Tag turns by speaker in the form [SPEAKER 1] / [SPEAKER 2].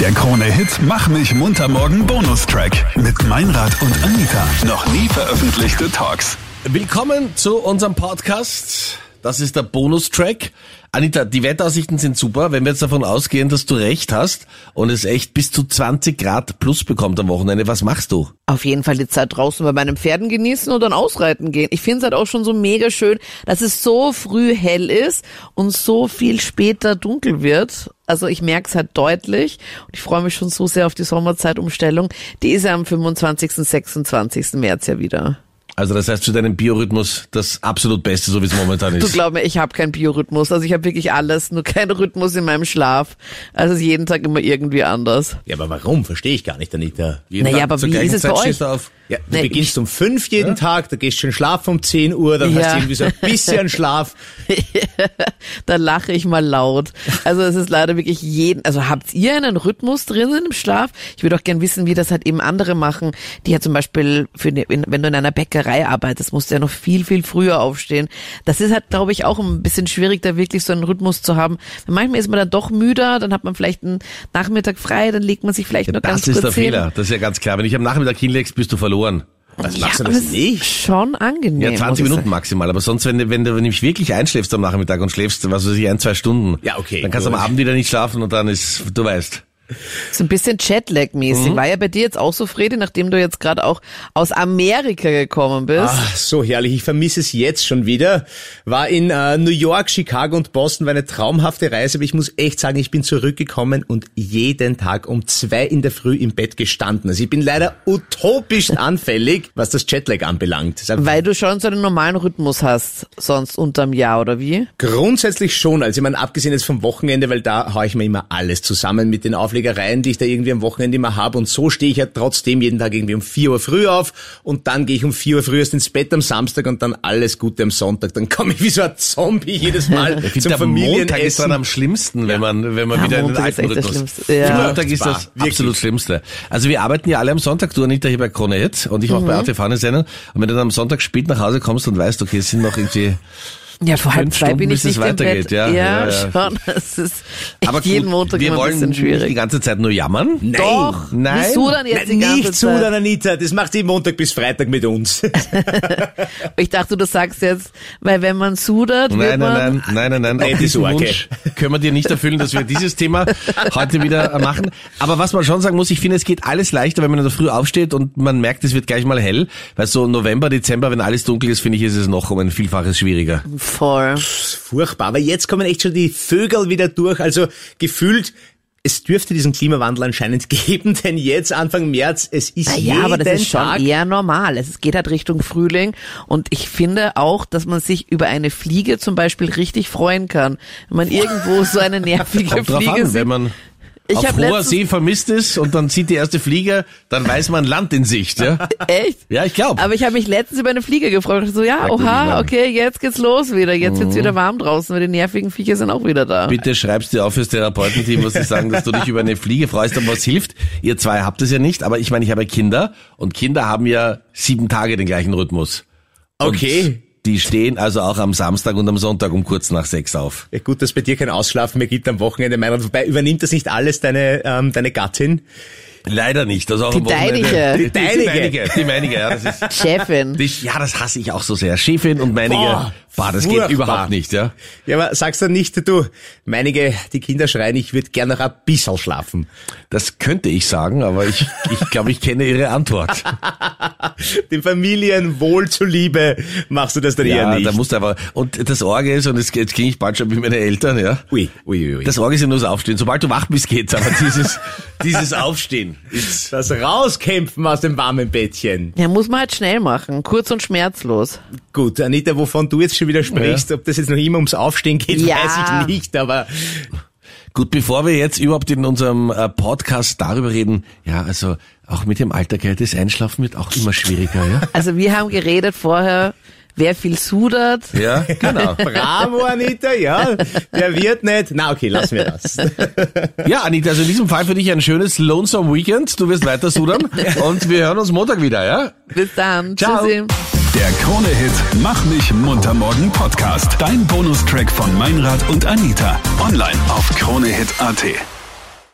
[SPEAKER 1] Der Krone-Hit Mach mich munter morgen Bonustrack mit Meinrad und Anita. Noch nie veröffentlichte Talks.
[SPEAKER 2] Willkommen zu unserem Podcast. Das ist der Bonustrack. Anita, die Wetteraussichten sind super. Wenn wir jetzt davon ausgehen, dass du recht hast und es echt bis zu 20 Grad plus bekommt am Wochenende, was machst du?
[SPEAKER 3] Auf jeden Fall die Zeit draußen bei meinen Pferden genießen und dann ausreiten gehen. Ich finde es halt auch schon so mega schön, dass es so früh hell ist und so viel später dunkel wird. Also ich merke es halt deutlich und ich freue mich schon so sehr auf die Sommerzeitumstellung. Die ist ja am 25. 26. März ja wieder.
[SPEAKER 2] Also das heißt für deinen Biorhythmus das absolut Beste, so wie es momentan
[SPEAKER 3] Du
[SPEAKER 2] ist.
[SPEAKER 3] glaub mir, ich habe keinen Biorhythmus. Also ich habe wirklich alles, nur keinen Rhythmus in meinem Schlaf. Also es ist jeden Tag immer irgendwie anders.
[SPEAKER 4] Ja, aber warum? Verstehe ich gar nicht, Anita.
[SPEAKER 2] Jeden
[SPEAKER 3] Naja,
[SPEAKER 2] Tag
[SPEAKER 3] aber
[SPEAKER 2] zur
[SPEAKER 3] wie
[SPEAKER 2] gleichen
[SPEAKER 3] ist es
[SPEAKER 2] Zeit
[SPEAKER 3] bei euch?
[SPEAKER 2] stehst du Auf.
[SPEAKER 4] Ja, du
[SPEAKER 3] Nee,
[SPEAKER 4] beginnst um fünf jeden Tag, da gehst schon schlafen um 10 Uhr, dann hast
[SPEAKER 3] Ja.
[SPEAKER 4] du irgendwie so ein bisschen Schlaf.
[SPEAKER 3] Da lache ich mal laut. Also es ist leider wirklich jeden, also habt ihr einen Rhythmus drinnen im Schlaf? Ich würde auch gern wissen, wie das halt eben andere machen, die ja zum Beispiel, für eine, in, wenn du in einer Bäckerei arbeitest, musst du ja noch viel, viel früher aufstehen. Das ist halt, glaube ich, auch ein bisschen schwierig, da wirklich so einen Rhythmus zu haben. Manchmal ist man dann doch müder, dann hat man vielleicht einen Nachmittag frei, dann legt man sich vielleicht nur ganz
[SPEAKER 2] Das
[SPEAKER 3] kurz
[SPEAKER 2] ist der
[SPEAKER 3] hin.
[SPEAKER 2] Fehler, das ist ja ganz klar. Wenn ich am Nachmittag hinlegst, bist du verloren.
[SPEAKER 4] Was
[SPEAKER 3] Ja,
[SPEAKER 4] machst du
[SPEAKER 3] aber
[SPEAKER 4] das
[SPEAKER 3] es ist
[SPEAKER 4] nicht?
[SPEAKER 3] schon angenehm.
[SPEAKER 2] Ja,
[SPEAKER 3] muss
[SPEAKER 2] 20
[SPEAKER 3] ich
[SPEAKER 2] Minuten
[SPEAKER 3] sagen.
[SPEAKER 2] maximal. Aber sonst, wenn, du- wenn du nämlich wirklich einschläfst am Nachmittag und schläfst, was weiß ich, ein, zwei Stunden.
[SPEAKER 4] Ja, okay,
[SPEAKER 2] Dann kannst du am
[SPEAKER 4] gut.
[SPEAKER 2] Abend wieder nicht schlafen und dann ist, du weißt.
[SPEAKER 3] So ein bisschen
[SPEAKER 2] Mhm.
[SPEAKER 3] Jetlag-mäßig. War ja bei dir jetzt auch so, Fredi, nachdem du jetzt gerade auch aus Amerika gekommen bist.
[SPEAKER 4] Ach, so herrlich, ich vermisse es jetzt schon wieder. War in äh, New York, Chicago und Boston, war eine traumhafte Reise, aber ich muss echt sagen, ich bin zurückgekommen und jeden Tag um zwei in der Früh im Bett gestanden. Also ich bin leider utopisch anfällig, was das Jetlag anbelangt. Das ist einfach
[SPEAKER 3] Weil du schon so einen normalen Rhythmus hast, sonst unterm Jahr, oder wie?
[SPEAKER 4] Grundsätzlich schon. Also ich meine, abgesehen jetzt vom Wochenende, weil da haue ich mir immer alles zusammen mit den Auflegereien, die ich da irgendwie am Wochenende immer habe. Und so stehe ich ja trotzdem jeden Tag irgendwie um 4 Uhr früh auf und dann gehe ich um 4 Uhr früh erst ins Bett am Samstag und dann alles Gute am Sonntag. Dann komme ich wie so ein Zombie jedes Mal
[SPEAKER 2] Ich
[SPEAKER 4] zum
[SPEAKER 2] finde, der Montag ist dann
[SPEAKER 4] Familienessen.
[SPEAKER 2] am schlimmsten, wenn man, wenn man
[SPEAKER 3] Ja,
[SPEAKER 2] wieder in den
[SPEAKER 3] Montag ist
[SPEAKER 2] alten
[SPEAKER 3] echt das
[SPEAKER 2] Rhythmus.
[SPEAKER 3] Schlimmste. Ja.
[SPEAKER 2] Montag ist das
[SPEAKER 4] Wirklich.
[SPEAKER 2] absolut Schlimmste. Also wir arbeiten ja alle am Sonntag, du Anita hier bei Krone Hit und
[SPEAKER 3] Mhm.
[SPEAKER 2] ich auch bei ATV eine Sendung. Und wenn du dann am Sonntag spät nach Hause kommst und weißt, okay, es sind noch irgendwie,
[SPEAKER 3] Ja, vor
[SPEAKER 2] Fünf Stunden, bis es weitergeht, ja,
[SPEAKER 3] Ja,
[SPEAKER 2] ja, ja.
[SPEAKER 3] schon. Es ist
[SPEAKER 2] aber
[SPEAKER 3] aber jeden
[SPEAKER 2] gut,
[SPEAKER 3] Montag
[SPEAKER 2] wir
[SPEAKER 3] immer ein
[SPEAKER 2] wollen
[SPEAKER 3] bisschen
[SPEAKER 2] nicht die
[SPEAKER 3] schwierig.
[SPEAKER 2] ganze Zeit nur jammern.
[SPEAKER 4] Nein.
[SPEAKER 3] Doch,
[SPEAKER 2] Nein.
[SPEAKER 3] nicht sudern jetzt die
[SPEAKER 4] Nein,
[SPEAKER 3] ganze
[SPEAKER 4] nicht zu,
[SPEAKER 3] Zeit.
[SPEAKER 4] Anita. Das macht sie Montag bis Freitag mit uns.
[SPEAKER 3] Ich dachte, du sagst jetzt, weil wenn man sudert,
[SPEAKER 2] Nein,
[SPEAKER 3] wird man...
[SPEAKER 2] nein, nein, nein, nein, nein.
[SPEAKER 4] Nee,
[SPEAKER 2] Auch
[SPEAKER 4] die
[SPEAKER 2] diesen
[SPEAKER 4] Sorge.
[SPEAKER 2] Wunsch können wir dir nicht erfüllen, dass wir dieses Thema heute wieder machen. Aber was man schon sagen muss, ich finde, es geht alles leichter, wenn man in der Früh aufsteht und man merkt, es wird gleich mal hell. Weil so November, Dezember, wenn alles dunkel ist, finde ich, ist es noch um ein Vielfaches schwieriger.
[SPEAKER 3] Voll.
[SPEAKER 4] furchtbar. Aber jetzt kommen echt schon die Vögel wieder durch. Also gefühlt, es dürfte diesen Klimawandel anscheinend geben, denn jetzt Anfang März, es ist jeden
[SPEAKER 3] Naja, aber das ist schon
[SPEAKER 4] Tag
[SPEAKER 3] eher normal. Es geht halt Richtung Frühling und ich finde auch, dass man sich über eine Fliege zum Beispiel richtig freuen kann. Wenn man irgendwo so eine nervige
[SPEAKER 2] Kommt drauf
[SPEAKER 3] Fliege
[SPEAKER 2] an,
[SPEAKER 3] sieht.
[SPEAKER 2] wenn man
[SPEAKER 3] Ich
[SPEAKER 2] auf
[SPEAKER 3] hab
[SPEAKER 2] hoher
[SPEAKER 3] letztens-
[SPEAKER 2] See vermisst ist und dann sieht die erste Fliege, dann weiß man Land in Sicht. Ja,
[SPEAKER 3] Echt?
[SPEAKER 2] ja ich glaube.
[SPEAKER 3] Aber ich habe mich letztens über eine Fliege gefreut. Ich so, ja,
[SPEAKER 2] Ja, gut, ich
[SPEAKER 3] oha,
[SPEAKER 2] meine-
[SPEAKER 3] okay, jetzt geht's los wieder. Jetzt wird's wieder warm draußen, weil die nervigen Viecher sind auch wieder da.
[SPEAKER 2] Mhm. Bitte schreibst dir auf fürs Therapeutenteam, was sie sagen, dass du dich über eine Fliege freust und was hilft. Ihr zwei habt es ja nicht, aber ich meine, ich habe Kinder und Kinder haben ja sieben Tage den gleichen Rhythmus. Und
[SPEAKER 4] Okay.
[SPEAKER 2] Die stehen also auch am Samstag und am Sonntag um kurz nach sechs auf.
[SPEAKER 4] Ja, gut, dass bei dir kein Ausschlafen mehr gibt am Wochenende. Meinrad, wobei übernimmt das nicht alles deine, ähm, deine Gattin?
[SPEAKER 2] Leider nicht. Das auch am
[SPEAKER 3] Die
[SPEAKER 2] Wochenende.
[SPEAKER 3] deinige.
[SPEAKER 2] Die,
[SPEAKER 4] Die
[SPEAKER 2] die,
[SPEAKER 4] deinige.
[SPEAKER 2] meinige. Die meinige, ja. Das ist,
[SPEAKER 3] Chefin.
[SPEAKER 2] die, ja, das hasse ich auch so sehr. Schäfin und meinige.
[SPEAKER 4] Boah,
[SPEAKER 2] Boah, das
[SPEAKER 4] furchtbar.
[SPEAKER 2] geht überhaupt nicht, ja.
[SPEAKER 4] Ja, aber sagst dann nicht, du, meinige, die Kinder schreien, ich würde gerne noch ein bisschen schlafen.
[SPEAKER 2] Das könnte ich sagen, aber ich, ich glaube, ich kenne ihre Antwort.
[SPEAKER 4] Dem Familienwohl zuliebe machst du das dann eher
[SPEAKER 2] Ja,
[SPEAKER 4] nicht.
[SPEAKER 2] da musst du aber, und das Orgel ist, und jetzt, jetzt klinge ich bald schon wie meine Eltern, ja.
[SPEAKER 4] ui, ui, ui, ui.
[SPEAKER 2] Das Orgel ist ja nur das Aufstehen. Sobald du wach bist, geht's. Aber dieses, dieses Aufstehen ist,
[SPEAKER 4] das Rauskämpfen aus dem warmen Bettchen.
[SPEAKER 3] Ja, muss man halt schnell machen. Kurz und schmerzlos.
[SPEAKER 4] Gut, Anita, wovon du jetzt schon wieder sprichst, ob das jetzt noch immer ums Aufstehen geht,
[SPEAKER 3] Ja.
[SPEAKER 4] weiß ich nicht, aber
[SPEAKER 2] gut, bevor wir jetzt überhaupt in unserem äh, Podcast darüber reden, ja, also, auch mit dem Alter, gell, das Einschlafen wird auch immer schwieriger, ja.
[SPEAKER 3] Also wir haben geredet vorher, wer viel sudert.
[SPEAKER 2] Ja, genau.
[SPEAKER 4] bravo, Anita, ja, der wird nicht. Na, okay, lassen wir das.
[SPEAKER 2] Ja, Anita, also in diesem Fall für dich ein schönes Lonesome Weekend. Du wirst weiter sudern. Und wir hören uns Montag wieder, ja?
[SPEAKER 3] Bis dann.
[SPEAKER 2] Ciao.
[SPEAKER 3] Tschüssi.
[SPEAKER 1] Der Krone-Hit Mach mich munter morgen Podcast. Dein Bonustrack von Meinrad und Anita. Online auf kronehit.at.